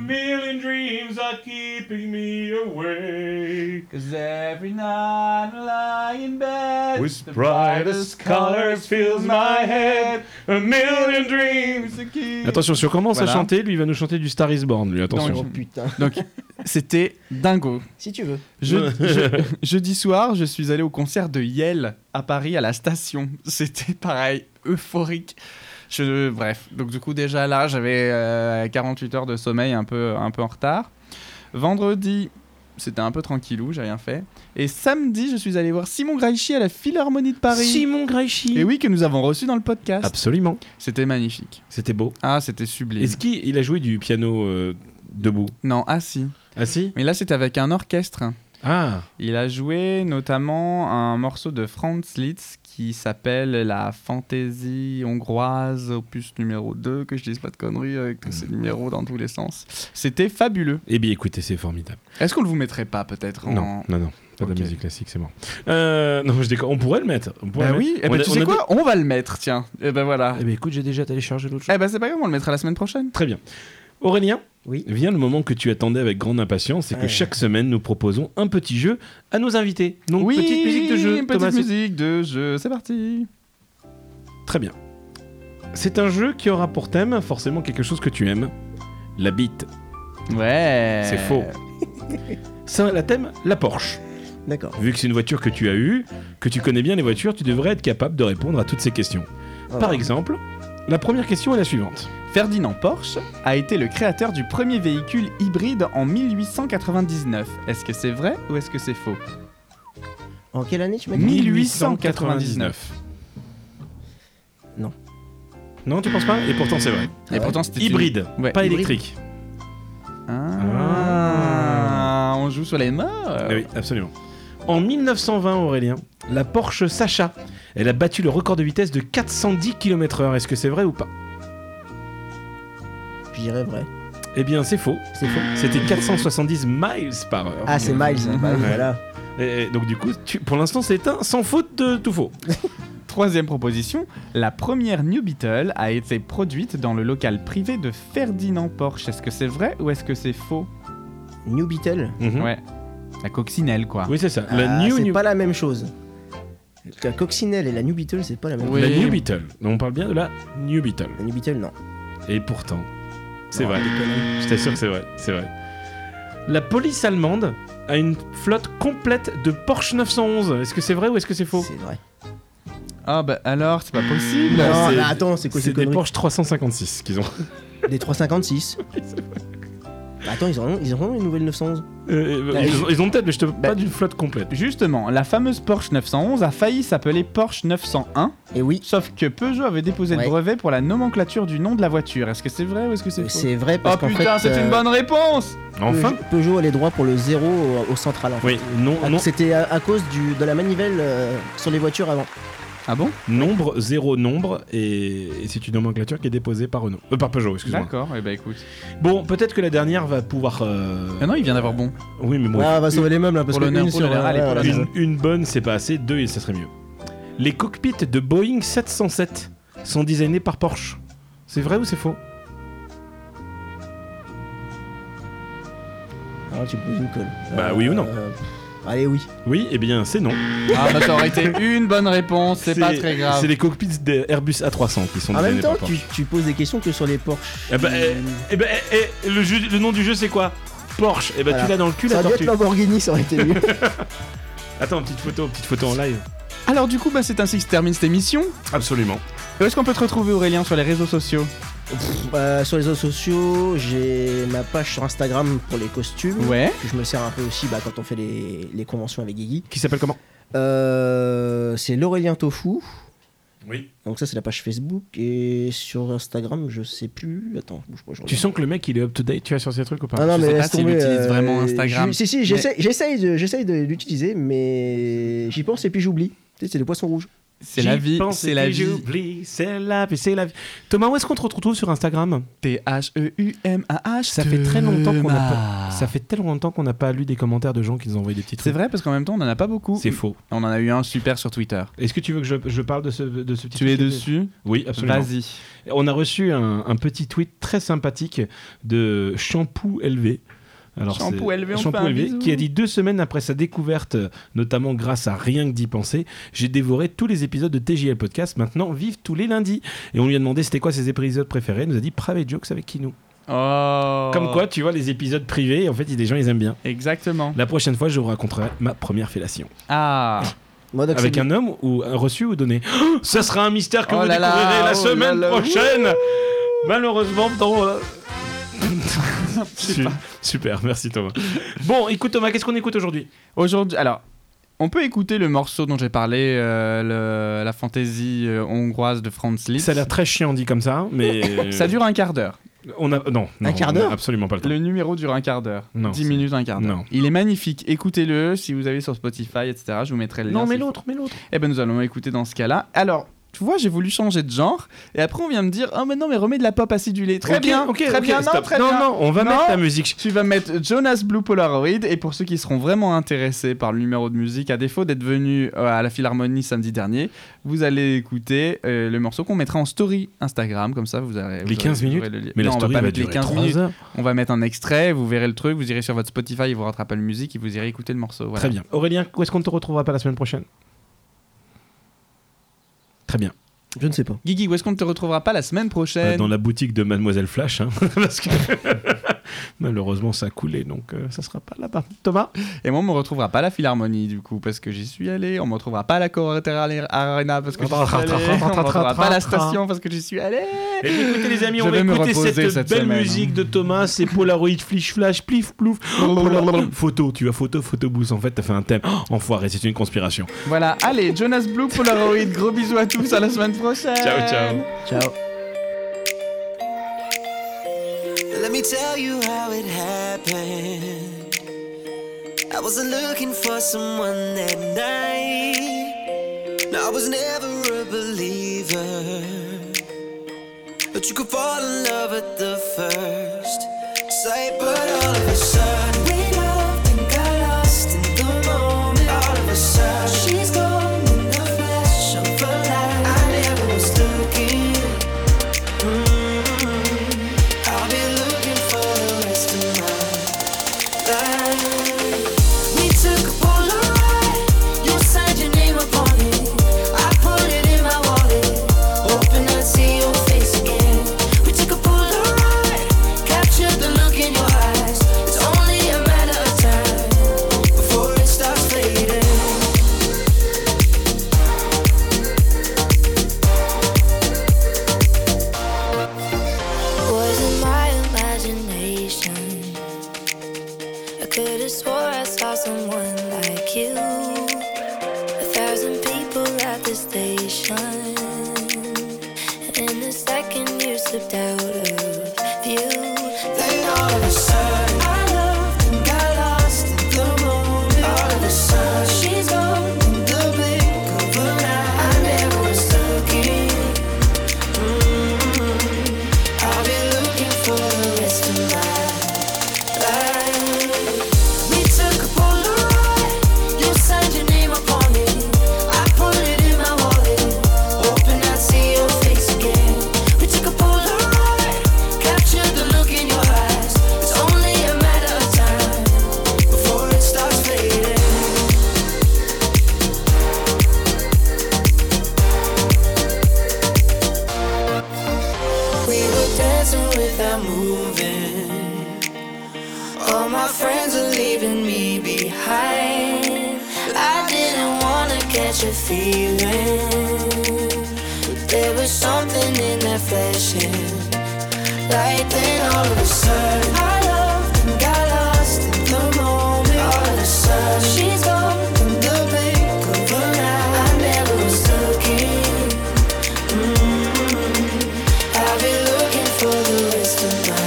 With brightest colors fills my head, a million dreams.
Attention, si on commence
Voilà.
à chanter, lui il va nous chanter du Star is Born, lui. Attention.
Oh
Donc-
putain,
Donc c'était dingo.
si tu veux.
Je- je- jeudi soir, je suis allé au concert de Yel à Paris à la station. C'était pareil, euphorique. Je, bref, donc du coup déjà là, j'avais euh, 48 heures de sommeil un peu, un peu en retard. Vendredi, c'était un peu tranquillou, j'ai rien fait. Et samedi, je suis allé voir Simon Graichi à la Philharmonie de Paris.
Simon Graichi.
Et oui, que nous avons reçu dans le podcast.
Absolument.
C'était magnifique.
C'était beau.
Ah, c'était sublime.
Est-ce qu'il il a joué du piano euh, debout
Non, ah si.
Ah si.
Mais là, c'était avec un orchestre.
Ah.
Il a joué notamment un morceau de Franz Liszt qui s'appelle La fantaisie hongroise, opus numéro 2, que je dise pas de conneries avec tous ces
Mm.
numéros dans tous les sens. C'était fabuleux.
Eh bien, écoutez, c'est formidable.
Est-ce qu'on le vous mettrait pas peut-être en-
Non, non, non. Pas de
Oh. Ok.
la musique classique, c'est mort. Euh, non, je déconne. On pourrait le mettre. On pourrait
Bah
le mettre.
oui, et
On
ben
a-
tu
on
sais
a
quoi On va le mettre, tiens. Et ben voilà.
Eh bien, écoute, j'ai déjà téléchargé l'autre chose.
Eh ben c'est pas grave, on le mettra la semaine prochaine.
Très bien. Aurélien,
Oui.
vient le moment que tu attendais avec grande impatience, c'est que
Ouais.
chaque semaine, nous proposons un petit jeu à nos invités. Donc,
oui,
petite musique de jeu,
petite
Thomas.
musique de jeu, c'est parti.
Très bien. C'est un jeu qui aura pour thème forcément quelque chose que tu aimes. La bite.
Ouais.
C'est faux. Ça, la thème, la Porsche.
D'accord.
Vu que c'est une voiture que tu as eue, que tu connais bien les voitures, tu devrais être capable de répondre à toutes ces questions.
Ah.
Par exemple, la première question est la suivante.
Ferdinand Porsche a été le créateur du premier véhicule hybride en 1899. Est-ce que c'est vrai ou est-ce que c'est faux
Ah
En quelle année tu m'as dit
1899.
Non.
Non, tu penses pas Et pourtant, c'est vrai.
Et pourtant c'était une-
Hybride,
Ouais,
pas
hybride.
électrique.
Ah, on joue sur les morts.
Ah oui, absolument. En 1920, Aurélien, la Porsche Sacha, elle a battu le record de vitesse de 410 km/h. Est-ce que c'est vrai ou pas
Je dirais vrai.
Eh bien, c'est faux. C'est faux. C'était 470 miles par heure.
Ah, c'est Miles. Bah oui,
Ouais.
voilà.
Et- et donc, du coup, tu- pour l'instant, c'est un sans faute de tout faux.
Troisième proposition, la première New Beetle a été produite dans le local privé de Ferdinand Porsche. Est-ce que c'est vrai ou est-ce que c'est faux
New Beetle.
Mhm.
Ouais. La coccinelle quoi.
Oui, c'est ça. La
Ah,
New,
c'est
New-
pas la même chose. La coccinelle et la New Beetle, c'est pas la même
Oui.
la New Beetle. On parle bien de la New Beetle.
chose. La New Beetle, non.
Et pourtant, c'est
Non,
vrai.
des conneries.
Je t'assure que c'est vrai, c'est vrai. La police allemande a une flotte complète de Porsche 911. Est-ce que c'est vrai ou est-ce que c'est faux
C'est vrai.
Ah bah alors, c'est pas possible.
Non,
Non,
c'est-
mais attends, c'est quoi
C'est
ces
des
conneries
Porsche 356 qu'ils ont.
Des 356. Bah, Attends, ils en ont, ils en ont une nouvelle 911.
Euh,
Ah,
ils,
je-
ont- ils ont peut-être, mais je te parle
Bah-
pas d'une flotte complète.
Justement, la fameuse Porsche 911 a failli s'appeler Porsche 901,
Et oui,
sauf que Peugeot avait déposé
Ouais.
le brevet pour la nomenclature du nom de la voiture. Est-ce que c'est vrai ou est-ce que c'est faux
c'est vrai parce
Oh
qu'en
putain,
fait,
c'est
euh,
une bonne réponse
Enfin,
Peugeot- Peugeot a les droits pour le zéro au, au central. En fait.
oui, non, non-
C'était à, à cause du, de la manivelle euh, sur les voitures avant.
Ah bon
nombre, zéro nombre, et, et c'est une nomenclature qui est déposée par Renault, Euh, par Peugeot, excuse-moi.
D'accord, et bah écoute.
Bon, peut-être que la dernière va pouvoir. euh,
Ah non, il vient d'avoir bon.
Oui, mais bon,
Ah, on va sauver les meubles là, parce
Pour
que
l'honneur,
une
pour
sur, euh,
l'honneur, allez, pour
voilà.
l'honneur.
Une, une bonne, c'est pas assez. Deux, ça serait mieux. Les cockpits de Boeing 707 sont designés par Porsche. C'est vrai ou c'est faux
Ah, tu me poses une colle.
Bah, oui ou non
euh, Allez, oui.
Oui, eh bien, c'est non.
Ah, bah, ça aurait été une bonne réponse, c'est pas très grave.
C'est les cockpits d'Airbus A300 qui sont
en même
designés par
temps,
Porsche.
tu, tu poses des questions que sur les Porsche.
Eh ben, eh, eh ben, eh, eh, le, jeu- le nom du jeu, c'est quoi Porsche. Eh ben,
Voilà.
tu l'as dans le cul,
ça
la
aurait dû être
tortue.
Lamborghini, ça aurait été mieux.
Attends, petite photo, petite photo en live.
Alors, du coup, bah, c'est ainsi que se termine cette émission.
Absolument.
Où est-ce qu'on peut te retrouver, Aurélien, sur les réseaux sociaux
Euh, sur les réseaux sociaux, j'ai ma page sur Instagram pour les costumes.
Ouais.
Que je me sers un peu aussi bah, quand on fait les, les conventions avec Guigui.
Qui s'appelle comment
Euh, c'est l'Aurélien Tofu.
Oui.
Donc ça c'est la page Facebook et sur Instagram je sais plus. Attends, bouge pas, je
Tu
regarde.
sens que le mec, il est up to date, tu vois, sur ces trucs ou pas
Ah non
je
mais
sais pas
laisse
s'il
tomber, euh,
utilise vraiment
je-
Instagram.
Si si j'essaie j'essaye de j'essaye de l'utiliser mais j'y pense et puis j'oublie. Tu sais, c'est le poisson rouge.
C'est la
J'y
vie,
pense
c'est
et
la
puis
vie.
j'oublie, C'est la vie, c'est la vie. Thomas, où est-ce qu'on te retrouve sur Instagram
E T-H-E-U-M-A-H.
Ça fait très longtemps qu'on n'a
pas.
Ça fait tellement longtemps qu'on n'a pas lu des commentaires de gens qui nous envoient des petits
C'est
trucs.
vrai, parce qu'en même temps, on n'en a pas beaucoup.
C'est faux.
On en a eu un super sur Twitter.
Est-ce que tu veux que je, je parle de ce, de ce petit
Tu es
truc
dessus
Oui, absolument.
Vas-y.
On a reçu un, un petit tweet très sympathique de Shampoo LV. Alors,
Shampoo
c'est-
LV, on te
Shampoo
fait un
LV,
bisou.
qui a dit deux semaines après sa découverte, euh, notamment grâce à Rien que d'y penser, j'ai dévoré tous les épisodes de TJL Podcast, maintenant vive tous les lundis. Et on lui a demandé c'était quoi ses épisodes préférés, il nous a dit Private Jokes avec Kinou.
Oh.
Comme quoi, tu vois, les épisodes privés, en fait, les gens ils aiment bien.
Exactement.
La prochaine fois, je vous raconterai ma première fellation.
Ah.
Moi donc,
Avec
c'est-
un homme ou un reçu ou donné Oh, Ce sera un mystère que
Oh
vous
là là,
découvrirez la
oh
semaine
là là.
prochaine Malheureusement, dans... euh, Su- Super, merci Thomas. Bon, écoute Thomas, qu'est-ce qu'on écoute aujourd'hui
Aujourd'hui, alors, on peut écouter le morceau dont j'ai parlé, euh, le- la fantaisie euh, hongroise de Franz Liszt.
Ça a l'air très chiant dit comme ça, mais... euh,
Ça dure un quart d'heure.
On a... Non, non,
quart
on a
d'heure
Absolument pas le temps.
Le numéro dure un quart d'heure.
Non,
10
c'est-
minutes, un quart d'heure.
non.
Il est magnifique. Écoutez-le si vous avez sur Spotify, etc. Je vous mettrai le lien.
Non, mais
si-
l'autre, mais l'autre.
Eh ben, nous allons écouter dans ce cas-là. Alors. Tu vois, j'ai voulu changer de genre, et après on vient me dire, oh mais non, mais remets de la pop acidulée. Très
Ok,
bien,
ok,
très
ok,
bien, non,
stop.
très
non,
bien.
non, on va
Non.
mettre la musique.
Tu vas mettre Jonas Blue Polaroid et pour ceux qui seront vraiment intéressés par le numéro de musique, à défaut d'être venu euh, à la Philharmonie samedi dernier, vous allez écouter euh, le morceau qu'on mettra en story Instagram, comme ça vous allez. vous
Les
aurez-
15
vous aurez
minutes
le lien.
Mais
Non,
la
on
story
va pas
elle va
mettre les
durer
15
trois
minutes.
heures.
On va mettre un extrait, vous verrez le truc, vous irez sur votre Spotify, il vous rattrape le musique, et vous irez écouter le morceau. voilà.
Très bien. Aurélien, où est-ce qu'on ne te retrouvera pas la semaine prochaine Très bien.
je ne sais pas.
Guigui, où est-ce qu'on ne te retrouvera pas la semaine
Euh,
prochaine
dans la boutique de Mademoiselle Flash, hein, parce que malheureusement ça a coulé, donc euh, ça sera pas là-bas. Thomas
Et moi, on me retrouvera pas à la Philharmonie du coup parce que j'y suis allé. On me retrouvera pas à la Corétérale Arena parce que j'y suis allé. On me retrouvera pas à la station parce que j'y suis allé.
Eh bien, Écoutez les amis,
Je
on va
vais me
écouter
reposer
cette,
cette
belle
semaine,
musique
hein. Oh.
de Thomas, c'est Polaroid, Flish Flash, plif plouf. Polaroid- photo, tu as photo, photo boost, en fait t'as fait un thème. Oh, enfoiré, c'est une conspiration.
Voilà, allez, Jonas Blue Polaroid, gros bisous à tous, à la semaine prochaine.
Ciao, ciao.
Ciao.
Let me tell you how it happened. I wasn't looking for someone that night. No, I was never a believer. But you could fall in love at the first sight. But all of a sudden, we loved and got lost in the moment. All of a sudden, she's gone in the flash of a light. I never was looking. Mm. I'll be looking for the rest of my life. We took a Polaroid. You signed your name upon it. I put it in my wallet, hoping I'd see your face again. We took a Polaroid, captured the look in your eyes. It's only a matter of time before it starts fading.
was it my imagination? I could have swore I saw someone like you. A thousand people at the station. And in a second, you slipped out of view.
Then all of a sudden, I loved and got lost in the moment. All of a sudden, she's gone in the blink of an eye. I never was looking. Mm, I'll be looking for the rest of my life. We took a Polaroid. You signed your name upon it. I put it in my wallet, hoping I'd see your face again. We took a Polaroid, captured the look. I'm moving. All my friends are leaving me behind. I didn't wanna catch a feeling, but there was something in that flashing light. Then all of a sudden, I loved and got lost in the moment. All of a sudden, she's gone from the blink of an eye. I never was looking. mm I've been looking for the rest of my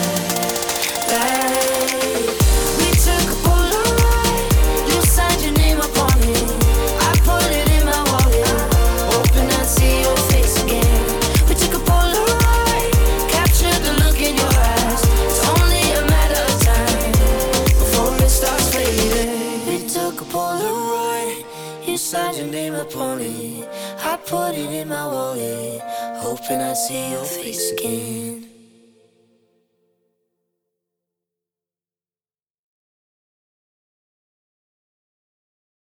we took a Polaroid. You signed your name upon it. I put it in my wallet, hoping I'd see your face again. We took a Polaroid, captured the look in your eyes. It's only a matter of time before it starts fading. We took a Polaroid. You signed your name upon it. I put it in my wallet, hoping I'd see your face again.